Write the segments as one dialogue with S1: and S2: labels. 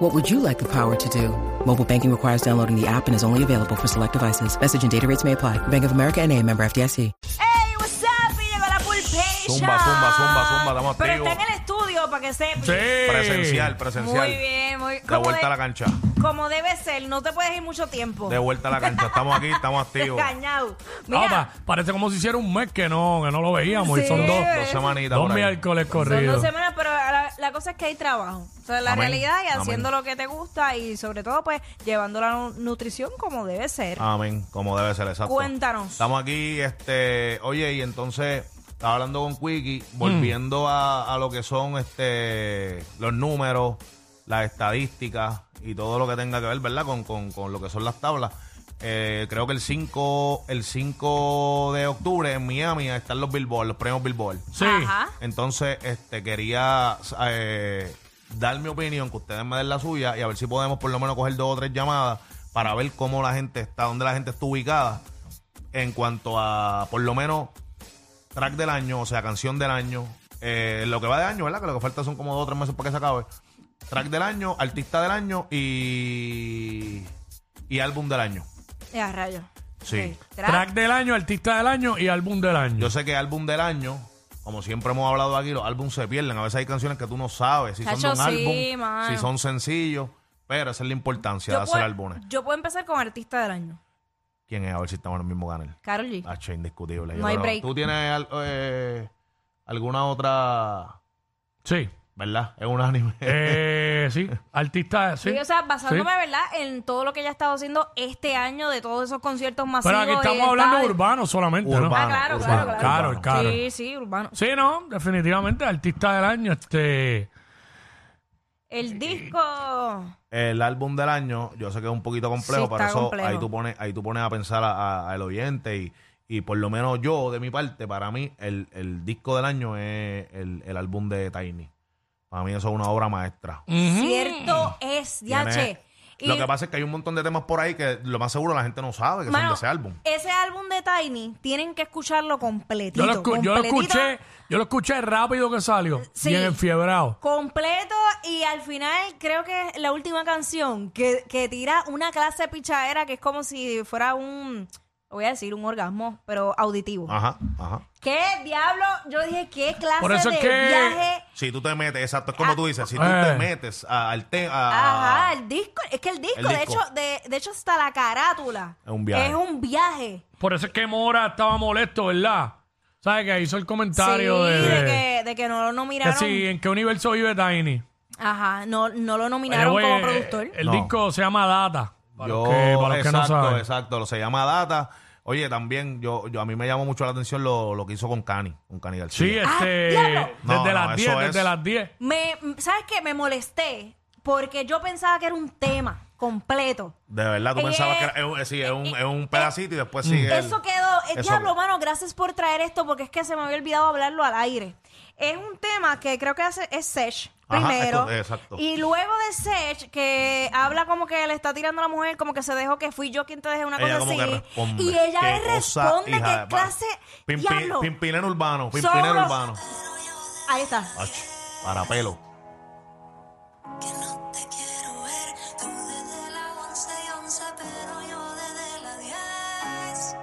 S1: What would you like the power to do? Mobile banking requires downloading the app and is only available for select devices. Message and data rates may apply. Bank of America and a member FDIC.
S2: ¡Ey, what's up! Y llegó la Pulpation.
S3: Zumba, zumba, zumba, zumba, estamos
S2: Pero
S3: activos.
S2: está en el estudio para que sepa.
S3: Presencial, presencial.
S2: Muy bien, muy
S3: De
S2: como
S3: vuelta
S2: de-
S3: a la cancha.
S2: Como debe ser, no te puedes ir mucho tiempo.
S3: De vuelta a la cancha. Estamos aquí, estamos activos.
S2: Desgañado.
S4: Ah,
S2: Mira,
S4: pa- parece como si hiciera un mes que no, que no lo veíamos.
S2: Sí.
S4: y son dos,
S3: Dos semanitas.
S4: dos
S3: por ahí.
S4: miércoles
S2: son dos
S4: corridos.
S2: semanas, pero la, la cosa es que hay trabajo. O sea, la
S3: Amén.
S2: realidad y
S3: Amén.
S2: haciendo lo que te gusta y sobre todo, pues, llevando la nu- nutrición como debe ser.
S3: Amén, como debe ser, exacto.
S2: Cuéntanos.
S3: Estamos aquí, este, oye, y entonces, estaba hablando con Quickie, volviendo a, a lo que son este los números, las estadísticas y todo lo que tenga que ver, ¿verdad? Con, con, con lo que son las tablas. Eh, creo que el 5, el 5 de octubre en Miami están los Billboard, los premios Billboard.
S4: Sí.
S2: Ajá.
S3: Entonces, este, quería eh, dar mi opinión, que ustedes me den la suya y a ver si podemos por lo menos coger dos o tres llamadas para ver cómo la gente está, dónde la gente está ubicada en cuanto a, por lo menos, track del año, o sea, canción del año, eh, lo que va de año, ¿verdad? Que lo que falta son como dos o tres meses para que se acabe. Track del año, artista del año y, y álbum del año.
S2: Ya, rayo.
S3: Sí.
S2: Ok, tra-
S4: Track del año, artista del año y álbum del año.
S3: Yo sé que álbum del año, como siempre hemos hablado aquí, los álbumes se pierden. A veces hay canciones que tú no sabes si son de
S2: Tacho,
S3: un
S2: sí,
S3: álbum,
S2: mano.
S3: si son sencillos, pero esa es la importancia de
S2: Yo,
S3: hacer
S2: puedo,
S3: álbumes.
S2: yo puedo empezar con artista del año.
S3: ¿Quién es? A ver si estamos en el mismo canal.
S2: Carol G.
S3: H, indiscutible. Yo
S2: No hay
S3: creo-
S2: break.
S3: ¿Tú tienes al- eh, alguna otra,
S4: Sí.
S3: verdad? Es un anime.
S4: Eh, sí. Artista, sí.
S2: Sí, o sea, basándome,
S4: Sí.
S2: ¿verdad?, en todo lo que ella ha estado haciendo este año de todos esos conciertos masivos.
S4: Pero aquí estamos
S2: de
S4: hablando de
S2: estadio.
S4: urbano solamente,
S3: Urbano,
S2: Ah, claro,
S3: urbano,
S2: claro,
S4: claro.
S3: urbano.
S4: Claro, claro.
S2: Sí, sí, urbano.
S4: ¿no? Sí, no, definitivamente, artista del año, este...
S2: El disco.
S3: El álbum del año, yo sé que es un poquito complejo,
S2: Sí,
S3: pero
S2: está
S3: eso
S2: complejo.
S3: ahí tú pones, ahí tú pones a pensar a- a- al oyente y, y por lo menos yo, de mi parte, para mí, el, el disco del año es el, el álbum de Tiny. Para mí eso es una obra maestra.
S2: Cierto es,
S3: Tiene-
S2: Yache.
S3: Lo que pasa es que hay un montón de temas por ahí que lo más seguro la gente no sabe que son de ese álbum.
S2: Ese álbum de Tiny tienen que escucharlo completito.
S4: Yo lo, escu- yo lo
S2: completito,
S4: escuché, yo lo escuché rápido que salió,
S2: Sí.
S4: bien enfiebrado.
S2: Completo y al final creo que es la última canción que, que tira una clase de pichadera que es como si fuera un, voy a decir un orgasmo, pero auditivo.
S3: Ajá, ajá.
S2: ¿Qué diablo? Yo dije, ¿qué clase
S4: Por eso
S2: de
S4: es que-
S2: viaje?
S3: Si tú te metes, exacto, es como tú dices, si tú
S4: Eh.
S3: te metes a- al tema.
S2: Ah.
S4: Ah.
S2: Ajá, el disco, es que el disco,
S3: El
S2: de
S3: disco.
S2: hecho, de, de hecho hasta la carátula.
S3: Es un viaje.
S2: Es un viaje.
S4: Por eso es que Mora estaba molesto, ¿verdad? ¿Sabes? Que hizo el comentario
S2: sí,
S4: de,
S2: de,
S4: de-
S2: que, de que no lo
S4: que
S2: nominaron.
S4: si, ¿en qué universo vive Tiny?
S2: Ajá, no, no lo nominaron
S4: Oye,
S2: como
S4: eh,
S2: productor.
S4: El
S3: No.
S4: disco se llama Data. Para los que, para los que no
S3: exacto,
S4: saben.
S3: exacto. Lo se llama Data. Oye, también yo, yo a mí me llamó mucho la atención lo, lo que hizo con Cani, con Cani García.
S4: Sí, este.
S2: Ah, diablo.
S4: desde
S3: No, no,
S4: las 10,
S3: eso
S4: desde
S3: es-
S4: las 10.
S2: Me, ¿Sabes qué? Me molesté porque yo pensaba que era un tema completo.
S3: De verdad, tú
S2: Eh,
S3: pensabas que era, es, un- sí, es un, es un pedacito y después sigue.
S4: mm.
S3: el-
S2: Eso quedó. eh,
S3: eso-
S2: diablo, mano, gracias por traer esto porque es que se me había olvidado hablarlo al aire. Es un tema que creo que hace, es Sesh
S3: Ajá,
S2: primero.
S3: esto- exacto.
S2: Y luego de Sesh, que habla como que le está tirando a la mujer, como que se dejó que fui yo quien te dejé una cosa
S3: ella como
S2: así.
S3: que responde.
S2: y ella
S3: Qué
S2: le
S3: cosa,
S2: responde
S3: hija de-
S2: que clase.
S3: Pimpi-
S2: diablo.
S3: Pimpinero urbano,
S2: Son
S3: pimpinero
S2: unos-
S3: urbano.
S2: Ahí está.
S3: Ach, para pelo.
S5: Que no te quiero ver, tú desde la once y once, pero yo desde la diez.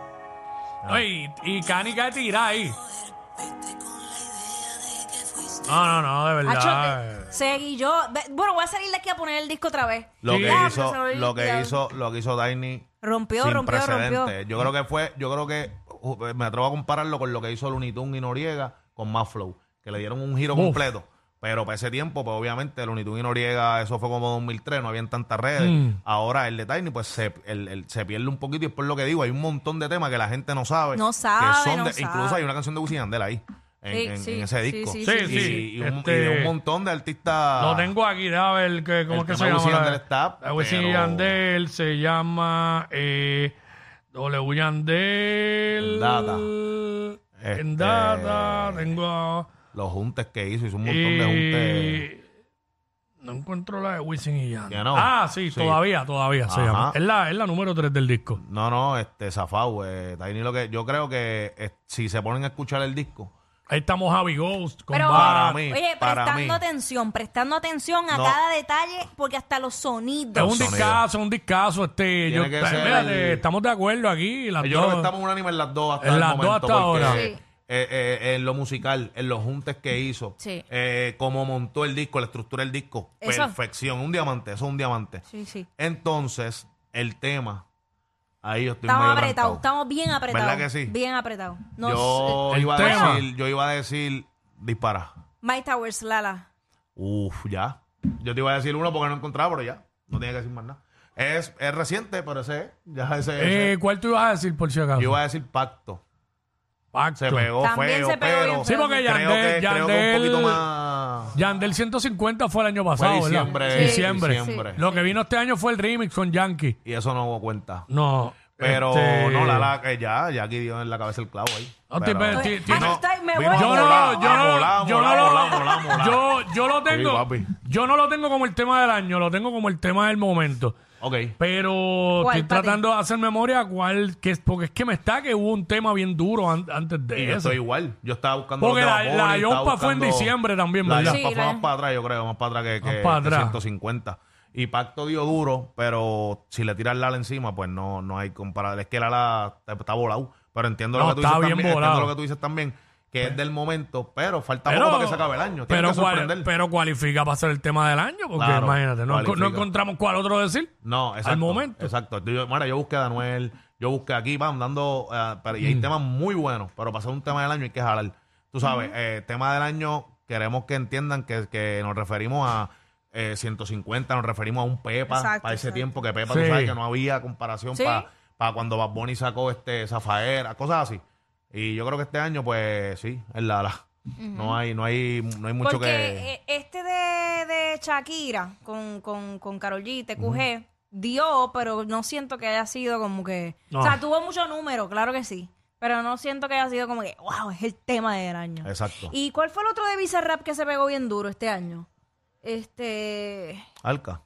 S3: Ah.
S4: Oye, y Cani cae tirada ahí.
S5: Vete con la idea de que fuiste.
S4: No, no, no, de verdad.
S2: Acho, eh. seguí yo. Ve- Bueno, voy a salir de aquí a poner el disco otra vez.
S3: Lo
S4: Sí.
S3: que
S4: Ya,
S3: hizo,
S2: pero se lo
S3: lo que
S2: olvidaba.
S3: hizo, lo que hizo Tiny
S2: Rompió,
S3: sin
S2: rompió,
S3: precedentes.
S2: rompió.
S3: Yo creo que fue, yo creo que uh, me atrevo a compararlo con lo que hizo Looney Tunes y Noriega con más flow, que le dieron un giro
S4: Uf.
S3: completo. Pero para ese tiempo, pues obviamente Looney Tunes y Noriega, eso fue como 2003, no habían tantas redes.
S4: Mm.
S3: Ahora el de Tiny, pues se, el- el- se pierde un poquito y es por lo que digo, hay un montón de temas que la gente no sabe.
S2: No
S3: que
S2: sabe,
S3: son
S2: no
S3: de- Incluso
S2: sabe.
S3: hay una canción de Wisin y Yandel ahí, en,
S2: Sí,
S3: en-
S2: sí,
S3: en ese
S2: sí,
S3: disco.
S2: sí,
S4: sí,
S3: y,
S4: sí.
S3: y un,
S4: Este-
S3: y de un montón de artistas.
S4: Lo tengo aquí, a ver que,
S3: El
S4: cómo es que
S3: tema
S4: se
S3: de
S4: llama.
S3: Wisin y
S4: la-
S3: Yandel está,
S4: la Wisin y
S3: pero-
S4: Yandel se llama eh, W Yandel.
S3: Data. Este,
S4: en data, tengo a-
S3: Los juntes que hizo, hizo un montón de juntes.
S4: y Eh, no encuentro la de Wisin y Yandel.
S3: Ya no.
S4: Ah, sí,
S3: Sí.
S4: todavía, todavía se
S3: Ajá.
S4: llama. Es la, es la número 3 del disco.
S3: No, no, este, Zafau, eh, Tiny lo que. Yo creo que eh, si se ponen a escuchar el disco,
S4: Ahí estamos Javi Ghost con
S2: Pero,
S4: Vara.
S3: para mí,
S2: oye,
S3: para
S2: prestando
S3: mí.
S2: atención, prestando atención a
S3: No.
S2: cada detalle, porque hasta los
S4: Es
S2: sonidos.
S4: un
S3: sonido.
S4: discazo, un discazo. Este, yo,
S3: Tiene que
S4: ta-
S3: ser
S4: espérate,
S3: el-
S4: estamos de acuerdo aquí. Las
S3: yo creo
S4: dos.
S3: que estamos unánime en las dos hasta
S4: En
S3: el
S4: las dos
S3: momento.
S4: hasta
S3: porque,
S4: ahora.
S2: Sí.
S3: eh, eh, en lo musical, en los juntes que hizo,
S2: Sí.
S3: eh, cómo montó el disco, la estructura del disco,
S2: Eso.
S3: perfección, un diamante, eso es un diamante.
S2: Sí, sí.
S3: Entonces, el tema, ahí yo estoy
S2: Estamos
S3: medio
S2: apretados,
S3: trancado.
S2: estamos bien apretados.
S3: ¿Verdad que sí?
S2: Bien apretados. No
S3: Yo
S4: El
S3: iba a
S4: tema.
S3: decir, yo iba a decir, dispara.
S2: My Towers, Lala.
S3: Uf, ya. Yo te iba a decir uno porque no encontraba, pero ya. No tenía que decir más nada. Es, es reciente, pero ese, es. ya ese, ese.
S4: Eh, ¿Cuál tú ibas a decir por si acaso?
S3: Yo iba a decir pacto.
S4: Pacto.
S3: Se pegó
S2: También
S3: feo,
S2: se pegó bien
S3: pero.
S2: feo.
S4: Sí, porque
S3: creo,
S4: Yandel,
S3: que, creo que un
S4: Yandel-
S3: poquito más.
S4: Yandel 150 fue el año
S3: Fue
S4: pasado, ¿verdad?
S3: diciembre,
S2: Sí.
S4: diciembre.
S3: diciembre.
S4: Lo que vino este año fue el remix con Yankee.
S3: Y eso no cuenta.
S4: No.
S3: Pero
S4: este,
S3: no, la, la que ya, ya aquí dio en la cabeza el clavo ahí.
S4: No,
S3: Pero-
S4: tipo, ti- ti-
S2: Aquí
S4: no.
S2: estoy, me
S3: Vino
S2: voy.
S4: Yo
S3: volado,
S4: no, yo no,
S3: volado,
S4: yo no
S3: volado,
S4: lo,
S3: volado, volado, volado.
S4: yo, yo lo
S3: Sí,
S4: tengo,
S3: papi.
S4: yo no lo tengo como el tema del año, lo tengo como el tema del momento.
S3: Ok.
S4: Pero
S2: ¿Cuál,
S4: estoy
S2: Pati?
S4: tratando de hacer memoria cuál, que es, porque es que me está que hubo un tema bien duro an- antes
S3: Y
S4: de
S3: yo
S4: eso.
S3: estoy igual. Yo estaba buscando.
S4: Porque
S3: los de
S4: la-
S3: Bad Bunny,
S4: la
S3: estaba
S4: Yompa fue en
S3: buscando-
S4: diciembre también,
S3: La
S4: ¿verdad?
S3: Yompa
S2: Sí,
S3: fue
S2: la-
S3: más para atrás, yo creo, más para atrás que,
S4: Más
S3: que-
S4: para
S3: que
S4: atrás.
S3: 150. Y Pacto dio duro, pero si le tiras Lala encima, pues no, no hay comparable. Es que Lala está, está volado. Pero entiendo,
S4: No,
S3: lo que tú
S4: está
S3: dices
S4: bien
S3: también, entiendo
S4: volado.
S3: lo que tú dices también, que es del momento, pero falta poco para que se acabe el año. Tiene
S4: pero,
S3: que
S4: cual-
S3: sorprender.
S4: pero cualifica para ser el tema del año, porque
S3: Claro,
S4: imagínate, no, enco- no
S3: cualifica.
S4: encontramos cuál otro decir.
S3: No, exacto.
S4: momento.
S3: Exacto. Yo, mira, yo busqué a Anuel, yo busqué aquí, van dando. eh, pero- y hay
S4: Mm.
S3: temas muy buenos, pero para ser un tema del año hay que jalar. Tú
S4: Mm.
S3: sabes, eh, tema del año, queremos que entiendan que, que nos referimos a eh, 150, nos referimos a un Pepa,
S2: Exacto,
S3: para ese
S2: exacto.
S3: tiempo que Pepa,
S4: Sí.
S3: tú sabes que no había comparación
S2: Sí.
S3: para, cuando Bad Bunny sacó este Zafaera, cosas así. Y yo creo que este año, pues sí, es la. la. No hay, no hay, no hay mucho
S2: Porque
S3: que.
S2: eh, este de, de Shakira con, con, con Karol G, TQG, dio, pero no siento que haya sido como que...
S4: No.
S2: O sea, tuvo mucho número, claro que sí. Pero no siento que haya sido como que, wow, es el tema del año.
S3: Exacto.
S2: ¿Y cuál fue el otro de Bizarrap que se pegó bien duro este año? Este...
S3: Alca.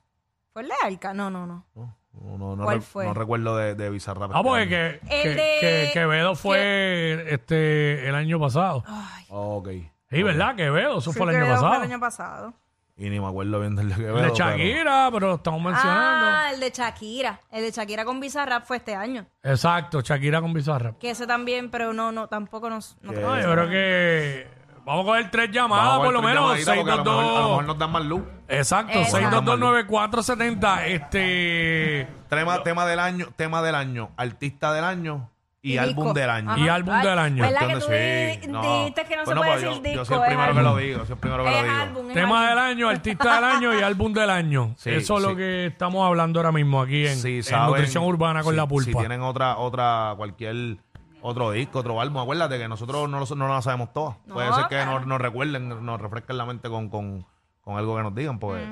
S2: ¿Fue el de Alca? No, no, no.
S3: No, no, no, no
S2: ¿Cuál
S3: re-
S2: fue?
S3: no recuerdo de, de Bizarrap.
S4: Ah,
S3: este
S4: porque
S3: año.
S4: que,
S2: El
S4: que,
S2: de-
S4: que- Quevedo fue este el año pasado.
S2: Ay,
S3: Ok.
S4: Sí, ¿verdad? Quevedo, eso
S2: Ah. sí,
S4: fue el año
S2: creo que
S4: pasado.
S2: el año pasado.
S3: Y ni me acuerdo bien del de Quevedo.
S4: El de
S3: pero-
S4: Shakira, pero lo estamos mencionando.
S2: Ah, el de Shakira. El de Shakira con Bizarrap fue este año.
S4: Exacto, Shakira con Bizarra.
S2: Que ese también, pero no, no, tampoco nos... no creo.
S4: No, yo creo que vamos a coger tres
S3: Vamos
S4: llamadas,
S3: a ver
S4: por lo
S3: tres
S4: menos.
S3: llamaditas, porque a lo mejor- A lo mejor
S4: 622.
S3: nos dan más luz.
S4: Exacto,
S2: Exacto.
S4: 6229470. Este.
S3: Tema, tema del año, tema del año, artista del año y,
S2: Y
S3: álbum
S2: disco.
S3: del año.
S2: Ajá.
S4: Y álbum
S2: Ay,
S4: del año.
S2: ¿Verdad que tú
S3: ¿Entiendes?
S2: di- dijiste que no se
S3: Bueno,
S2: puede
S3: pues
S2: decir
S3: yo,
S2: disco?
S3: Yo soy el
S2: es
S3: primero que
S2: álbum.
S3: lo digo, yo soy el primero que lo
S2: Es
S3: digo.
S2: álbum, es
S4: Tema del
S2: álbum.
S4: año, artista del año y álbum del año.
S3: Sí,
S4: Eso es
S3: sí.
S4: lo que estamos hablando ahora mismo aquí en,
S3: Si
S4: en
S3: saben-
S4: Nutrición Urbana con
S3: si-
S4: la
S3: Si
S4: Pulpa.
S3: tienen otra, otra, cualquier otro disco, otro álbum, acuérdate que nosotros no, lo, no la sabemos todas.
S2: No,
S3: Puede ser que
S2: claro.
S3: nos, nos recuerden, nos refresquen la mente con, con, con algo que nos digan, pues.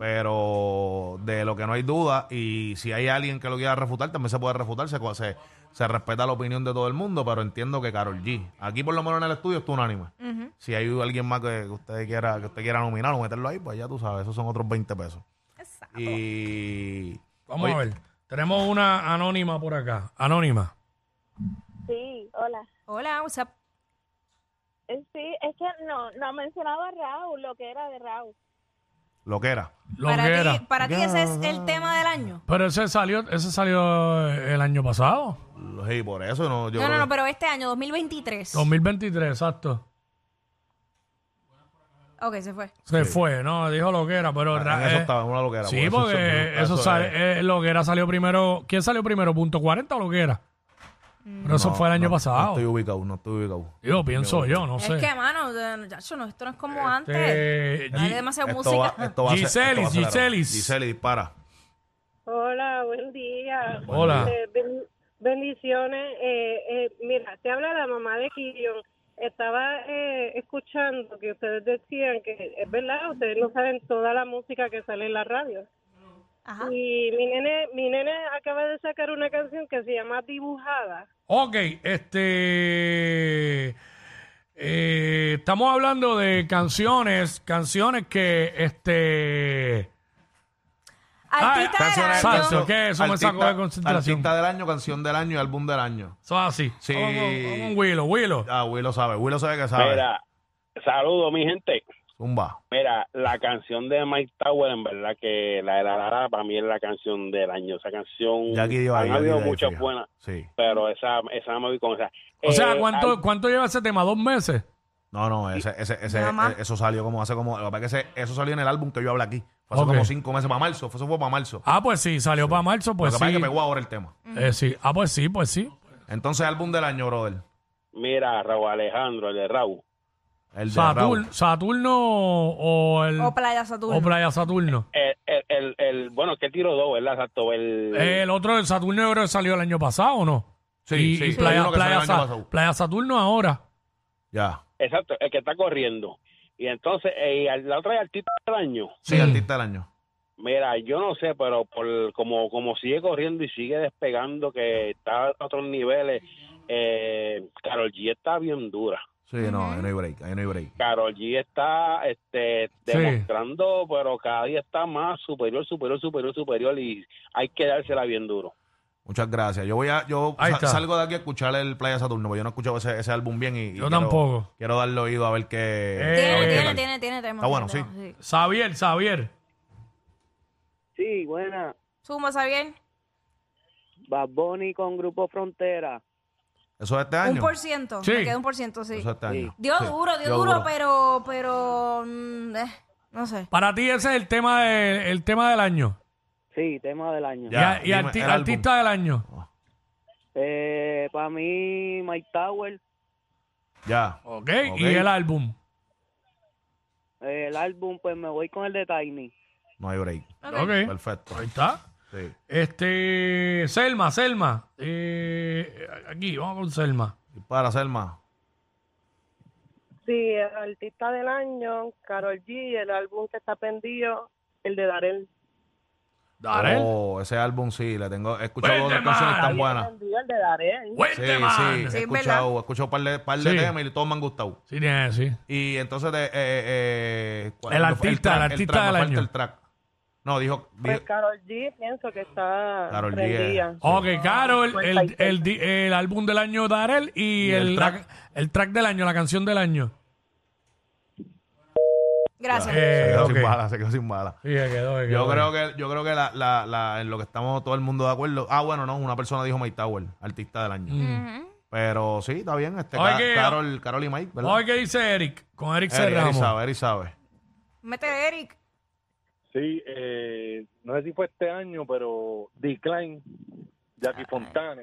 S3: Pero de lo que no hay duda, y si hay alguien que lo quiera refutar, también se puede refutar. Se, se, se respeta la opinión de todo el mundo, pero entiendo que Carol G. Aquí, por lo menos en el estudio, está unánime. Si hay alguien más que, que usted quiera que usted quiera nominar o meterlo ahí, pues ya tú sabes, esos son otros 20 pesos. Y.
S4: Vamos
S3: Oye,
S4: a ver. Tenemos una anónima por acá. Anónima.
S6: Sí, hola.
S2: Hola, what's up?
S6: Eh, Sí, es que no, no mencionaba a Raúl, lo que era de Raúl.
S3: Lo que era.
S4: Lo
S2: para
S4: que
S2: ti-
S4: era.
S2: para ti ese es el tema del año.
S4: Pero ese salió, ese salió el año pasado.
S3: Sí, por eso no. Yo
S2: no, no,
S3: creo
S2: no,
S3: que-
S2: pero este año, 2023.
S4: 2023, exacto.
S2: Ok, se fue.
S4: Se fue, ¿no? Dijo lo que era, pero...
S3: en
S4: ra-
S3: eso
S4: eh,
S3: estaba en una loquera.
S4: Sí,
S3: por eso
S4: porque
S3: es-
S4: eso,
S3: es-
S4: sale, eh, lo que era salió primero. ¿Quién salió primero? ¿Punto 40 o lo que era?
S2: Mm.
S4: Pero eso
S3: No,
S4: fue el año
S3: no, No
S4: pasado.
S3: estoy ubicado, no estoy ubicado.
S4: yo pienso yo, no sé.
S2: Es que, mano, de- chacho, no, esto no es como antes.
S4: Este,
S2: No hay
S4: Gi-
S2: demasiada
S3: Esto va,
S2: música.
S3: esto va a ser- esto va a
S4: Giselis,
S3: ser largo.
S4: Giselis.
S3: Giselis, dispara.
S6: Hola, buen día.
S4: hola.
S6: Eh, ben- bendiciones. Eh, eh, mira, te habla la mamá de Kirion. Estaba eh, escuchando que ustedes decían que es verdad, ustedes no saben toda la música que sale en la radio.
S2: Ajá.
S6: Y mi nene, mi nene acaba de sacar una canción que se llama Dibujada.
S4: Ok, este. eh, estamos hablando de canciones, canciones que este
S2: Artista
S4: Ah,
S2: del
S4: canciones-
S2: año.
S4: Salsa, ¿qué? Eso me sacó de concentración.
S3: Artista del año, canción del año y álbum del año.
S4: eso es así.
S3: Sí.
S4: Vamos, vamos con Willow, Willow.
S3: Ah, Willow sabe, Willow sabe que sabe.
S7: Mira, saludo mi gente.
S3: Zumba.
S7: Mira, la canción de Mike Tower, en verdad que la de la la, la, para mí es la canción del año. Esa canción,
S3: Jackie dio ahí.
S7: han
S3: Jackie
S7: habido
S3: dio ahí,
S7: muchas
S3: fija.
S7: buenas,
S3: Sí.
S7: pero esa, esa me voy con esa.
S4: O sea,
S7: Eh,
S4: ¿cuánto,
S7: al-
S4: ¿cuánto lleva ese tema? ¿Dos meses?
S3: No, no, ese, ese, ese,
S2: Nada más.
S3: eh, eso salió como hace como. Lo que pasa es que ese- eso salió en el álbum que yo hablé aquí. Fue hace
S4: Ok.
S3: como cinco meses, para marzo. Fue, eso fue para marzo.
S4: Ah, pues sí, salió para marzo, pues
S3: lo que
S4: sí.
S3: pasa es que pegó ahora el tema.
S4: Eh, sí. Ah, pues sí, pues sí.
S3: Entonces, álbum del año, brother.
S7: Mira, Raúl Alejandro, el de Raúl.
S3: El de Raúl.
S4: Saturno, Saturno o el
S2: O Playa Saturno.
S4: o Playa Saturno.
S7: El, el, el, el- bueno, que tiro dos, ¿verdad? Exacto, el...
S4: El otro, el Saturno, yo creo que salió el año pasado, ¿o no?
S3: Sí,
S4: Y-
S3: sí,
S4: y
S3: sí,
S4: Playa,
S3: uno que salió
S4: Playa
S3: el año
S4: Sa-
S3: pasado.
S4: Playa Saturno ahora.
S3: Ya.
S7: Exacto, el que está corriendo. Y entonces, eh, y al- la otra es artista del año.
S3: Sí,
S4: Sí.
S3: artista del año.
S7: Mira, yo no sé, pero por como, como sigue corriendo y sigue despegando, que está a otros niveles, eh, Carol G está bien dura.
S3: Sí, no, ahí no hay break, ahí no hay break.
S7: Carol G está este, demostrando, pero cada día está más superior, superior, superior, superior y hay que dársela bien duro.
S3: Muchas gracias. Yo voy a, yo
S4: Ahí
S3: sa-
S4: está.
S3: salgo de aquí a escuchar el Playa Saturno, porque yo no he escuchado ese, ese álbum bien y, y
S4: Yo tampoco.
S3: Quiero darle oído a ver qué.
S4: Eh,
S3: a
S2: Tiene,
S3: ver qué
S2: tiene,
S3: tal.
S2: tiene, tiene. tenemos,
S3: Está bueno,
S2: tenemos,
S3: sí.
S4: Xavier, Xavier.
S8: Sí, buena.
S2: Suma, Xavier.
S8: Bad Bunny con Grupo Frontera.
S3: Eso es este
S2: Un
S3: año.
S2: por ciento.
S4: Sí.
S2: Me queda un por ciento, sí.
S3: Eso es este año.
S2: Dio
S3: Sí,
S2: duro, dio duro, pero, pero, mm, eh, no sé.
S4: Para ti ese es el tema, de- el tema del año.
S8: Sí, tema del año.
S3: Ya,
S4: y a- y
S3: dime,
S4: arti-
S3: el álbum.
S4: artista del año.
S8: Eh, Para mí, Mike Tower,
S3: Ya.
S4: ok, y el álbum.
S8: eh, el álbum, pues me voy con el de Tiny.
S3: No hay break.
S4: Ok.
S3: Perfecto.
S4: Ahí está.
S3: Sí.
S4: Este, Selma, Selma. Eh, aquí, vamos con Selma.
S3: Y para Selma.
S6: Sí, el artista del año, Carol G, el álbum que está pendido, el de Darel.
S4: Darel.
S3: Oh, ese álbum sí, le tengo. He escuchado
S4: Vente,
S3: dos canciones
S4: man.
S3: tan buenas.
S6: Pendido el de Darel.
S3: Sí,
S4: Cuente,
S3: sí,
S4: man.
S3: he
S2: Sí, ¿verdad?
S3: escuchado, he escuchado un par de, par de
S4: Sí.
S3: temas y todos me han gustado.
S4: Sí, tiene, sí.
S3: Y entonces, de, eh, eh, ¿cuál-
S4: El artista, el artista
S3: track, me
S4: del
S3: falta
S4: año.
S3: el track. No, dijo, dijo-
S6: Pues Carol G pienso que está
S3: Karol G,
S6: prendida.
S3: eh.
S4: Ok, Carol, el,
S6: 56.
S4: el, di- el álbum del año Darel y,
S3: Y
S4: el,
S3: el
S4: la- el track. del año, la canción del año.
S2: Gracias.
S3: se
S4: Eh,
S3: quedó
S4: ok.
S3: sin bala, se quedó sin bala.
S4: Sí, se quedó,
S3: Yo
S4: se quedó.
S3: creo que, yo creo que la, la, la, en lo que estamos todo el mundo de acuerdo. Ah, bueno, no, una persona dijo Mike Tower, artista del
S4: Mm.
S3: año.
S2: Mm.
S3: Pero sí, está bien, este,
S4: Oye,
S3: Ca-
S4: que-
S3: Carol, Carol y Mike, ¿verdad?
S4: Oye, ¿qué dice Eric? Con Eric
S3: Eri- Eri
S4: cerramos.
S3: sabe, Eri sabe.
S2: Mete a Eric.
S9: Sí, eh, no sé si fue este año, pero Decline, Jackie Fontana.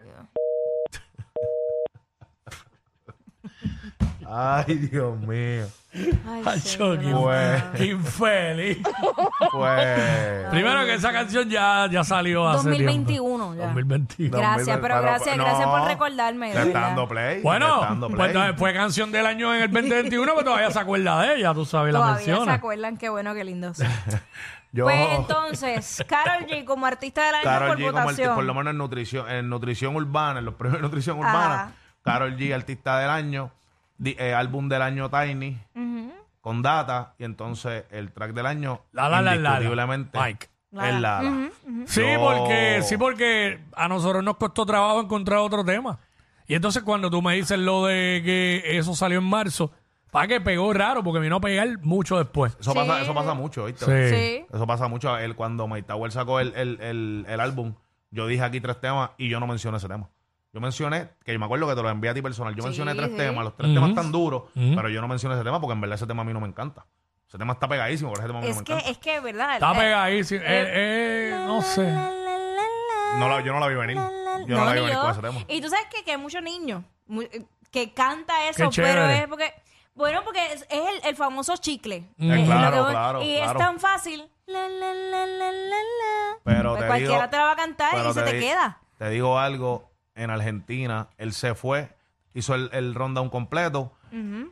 S3: Ay, Dios mío.
S2: Ay,
S4: Ay,
S2: señor.
S4: yo,
S3: Pues,
S4: qué infeliz.
S3: pues.
S4: Primero que esa canción ya, ya salió hace
S2: 2021
S4: tiempo.
S2: ya.
S4: 2021.
S2: Gracias, pero gracias,
S3: ah, no.
S2: gracias por recordarme. de
S3: Le está
S2: verdad.
S3: dando play. le está
S4: Bueno,
S3: dando
S4: pues
S3: play.
S4: no, fue canción del año en el 2021, pero pues todavía se acuerda de ella, tú sabes, la
S2: Todavía se
S4: menciona.
S2: acuerdan, qué bueno, qué lindo.
S3: Yo-
S2: Pues entonces, Carol G como artista del año
S3: Carol
S2: por
S3: G como arti-
S2: votación.
S3: por lo menos en nutrición, en nutrición urbana, en los premios de nutrición
S2: Ajá.
S3: urbana, Carol G, artista del año, di- eh, álbum del año Tiny, con data, y entonces el track del año,
S4: La, la, la, la, la.
S3: indiscutiblemente,
S4: Mike.
S2: La,
S3: es
S2: la.
S3: la, la.
S4: Sí,
S3: Yo-
S4: porque, sí, porque a nosotros nos costó trabajo encontrar otro tema. Y entonces cuando tú me dices lo de que eso salió en marzo, para que pegó raro, porque vino a pegar mucho después.
S3: Eso,
S2: Sí.
S3: pasa, eso pasa mucho, ¿viste?
S2: Sí.
S3: Eso pasa mucho. Él, cuando Mike Tower sacó el, el, el, el álbum, yo dije aquí tres temas y yo no mencioné ese tema. Yo mencioné, que yo me acuerdo que te lo envié a ti personal, yo
S2: Sí,
S3: mencioné tres
S2: sí.
S3: temas, los tres
S4: Ujú.
S3: temas tan duros,
S4: Ujú.
S3: pero yo no mencioné ese tema porque en verdad ese tema a mí no me encanta. Ese tema está pegadísimo, pero ese tema a mí no
S2: Es
S3: me
S2: que,
S3: encanta.
S2: es que, ¿verdad?
S4: Está
S2: Eh,
S4: pegadísimo. Eh, eh, no sé.
S3: No la- yo no la vi venir. Yo no, la vi
S2: ni
S3: venir
S2: yo.
S3: con ese tema.
S2: Y tú sabes que, que hay muchos niños mu- eh, que canta eso,
S4: Qué
S2: pero
S4: chévere.
S2: es porque, bueno, porque es, es el, el famoso chicle.
S4: Mm.
S2: Es lo
S3: Eh, claro,
S2: que-
S3: claro,
S2: y
S3: claro.
S2: es tan fácil. La, la, la, la, la, la.
S3: Pero
S2: Pues
S3: te
S2: cualquiera
S3: digo-
S2: te la va a cantar
S3: pero
S2: y se te
S3: di-
S2: queda.
S3: Te digo algo, en Argentina, él se fue, hizo el, el rundown completo,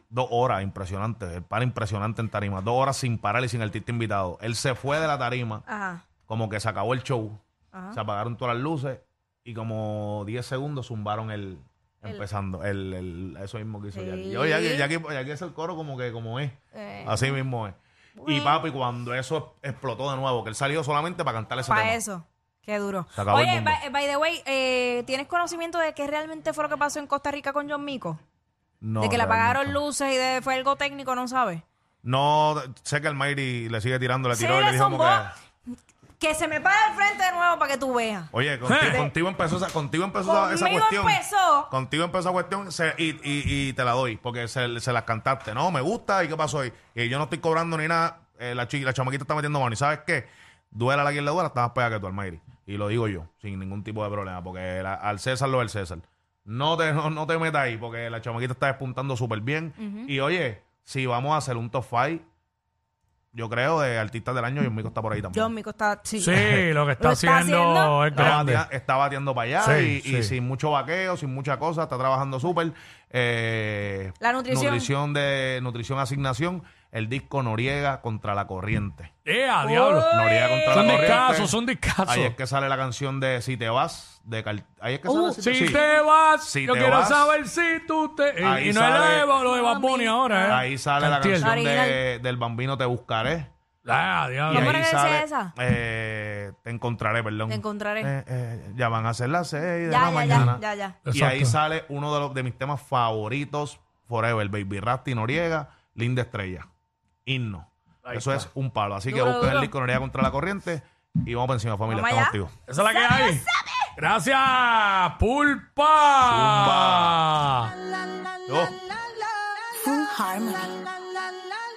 S3: dos horas, impresionante, el par impresionante en tarima, dos horas sin parar y sin artista invitado. Él se fue de la tarima,
S2: Ajá.
S3: como que se acabó el show,
S2: Ajá.
S3: se apagaron todas las luces y como 10 segundos zumbaron el, Empezando, el, el- eso mismo que hizo
S2: Sí.
S3: Jackie. Yo, Jackie, Jackie, Jackie es el coro como que como es.
S2: Eh.
S3: Así mismo es. Y papi, cuando eso explotó de nuevo, que él salió solamente para cantar ese tema.
S2: Para eso. Qué duro.
S3: Se acabó el
S2: Oye,
S3: mundo.
S2: by, by the way, eh, ¿tienes conocimiento de qué realmente fue lo que pasó en Costa Rica con John Mico?
S3: No,
S2: de que le apagaron
S3: realmente.
S2: luces y de, fue algo técnico, no sabes.
S3: No, sé que el Mayri le sigue tirando, le
S2: Sí,
S3: tiró y le
S2: le
S3: dijo como que.
S2: zumbó. Que se me para al frente de nuevo para que tú veas.
S3: Oye, conti-
S4: Sí.
S3: contigo empezó esa, contigo empezó esa- esa
S2: Conmigo
S3: cuestión.
S2: empezó.
S3: Contigo empezó esa cuestión se- y, y- y te la doy, porque se, se las cantaste. No, me gusta y qué pasó ahí. Y yo no estoy cobrando ni nada. Eh, la, chi- la chamaquita está metiendo mano. ¿Y sabes qué? Duela la quien le duela, está más pegada que tú, Almayri. Y lo digo yo, sin ningún tipo de problema, porque la- al César lo del César. No te, no, no te metas ahí, porque la chamaquita está despuntando súper bien. Y oye, si vamos a hacer un top five, yo creo, de artistas del año, y Mico está por ahí también.
S2: John Mico está. Sí.
S4: Sí, lo que está,
S2: Lo está
S4: haciendo
S2: haciendo.
S4: es
S3: Está,
S4: grande.
S3: batea- está bateando para allá
S4: Sí,
S3: y, y
S4: sí.
S3: sin mucho vaqueo, sin mucha cosa, está trabajando súper. Eh,
S2: La nutrición.
S3: Nutrición de nutrición asignación, el disco Noriega contra la corriente.
S4: ¡Eh,
S2: Oh.
S4: a diablo!
S2: Uy.
S3: Noriega contra
S4: Son
S3: la corriente.
S4: discazos, son discazos.
S3: Ahí es que sale la canción de Si te vas, de Cal- ahí es que sale
S4: Uh,
S3: Si
S4: si
S3: sí.
S4: te vas,
S3: Si
S4: yo
S3: te
S4: quiero
S3: vas.
S4: saber si tú te. Y,
S3: Ahí
S4: y no es la
S3: sale-
S4: de, Eva- lo de Bad Bunny ahora, ¿eh?
S3: Ahí sale la
S4: Antier.
S3: canción de-
S2: Original.
S3: del Bambino Te buscaré.
S4: Ah,
S3: Y
S4: diablo.
S2: ¿Cómo
S3: ahí
S2: era que decía
S3: sale,
S2: esa?
S3: eh, te encontraré, perdón.
S2: Te encontraré.
S3: Eh, eh, ya van a ser las seis de la
S2: Ya, ya,
S3: mañana.
S2: ya, ya, ya.
S3: Y ahí
S4: Exacto.
S3: sale uno de, los, de mis temas favoritos forever, Baby Rasty Noriega, Linda Estrella, Himno.
S4: Ahí
S3: Eso
S4: está.
S3: es un palo. Así que
S2: Duro,
S3: busquen el
S2: duro.
S3: disco Noriega contra la corriente y vamos para encima, familia.
S2: Vamos
S3: Estamos
S2: allá.
S3: activos.
S4: Esa es la que hay. Gracias, Pulpa.
S3: Zumba. Yo.
S5: Full Harmony.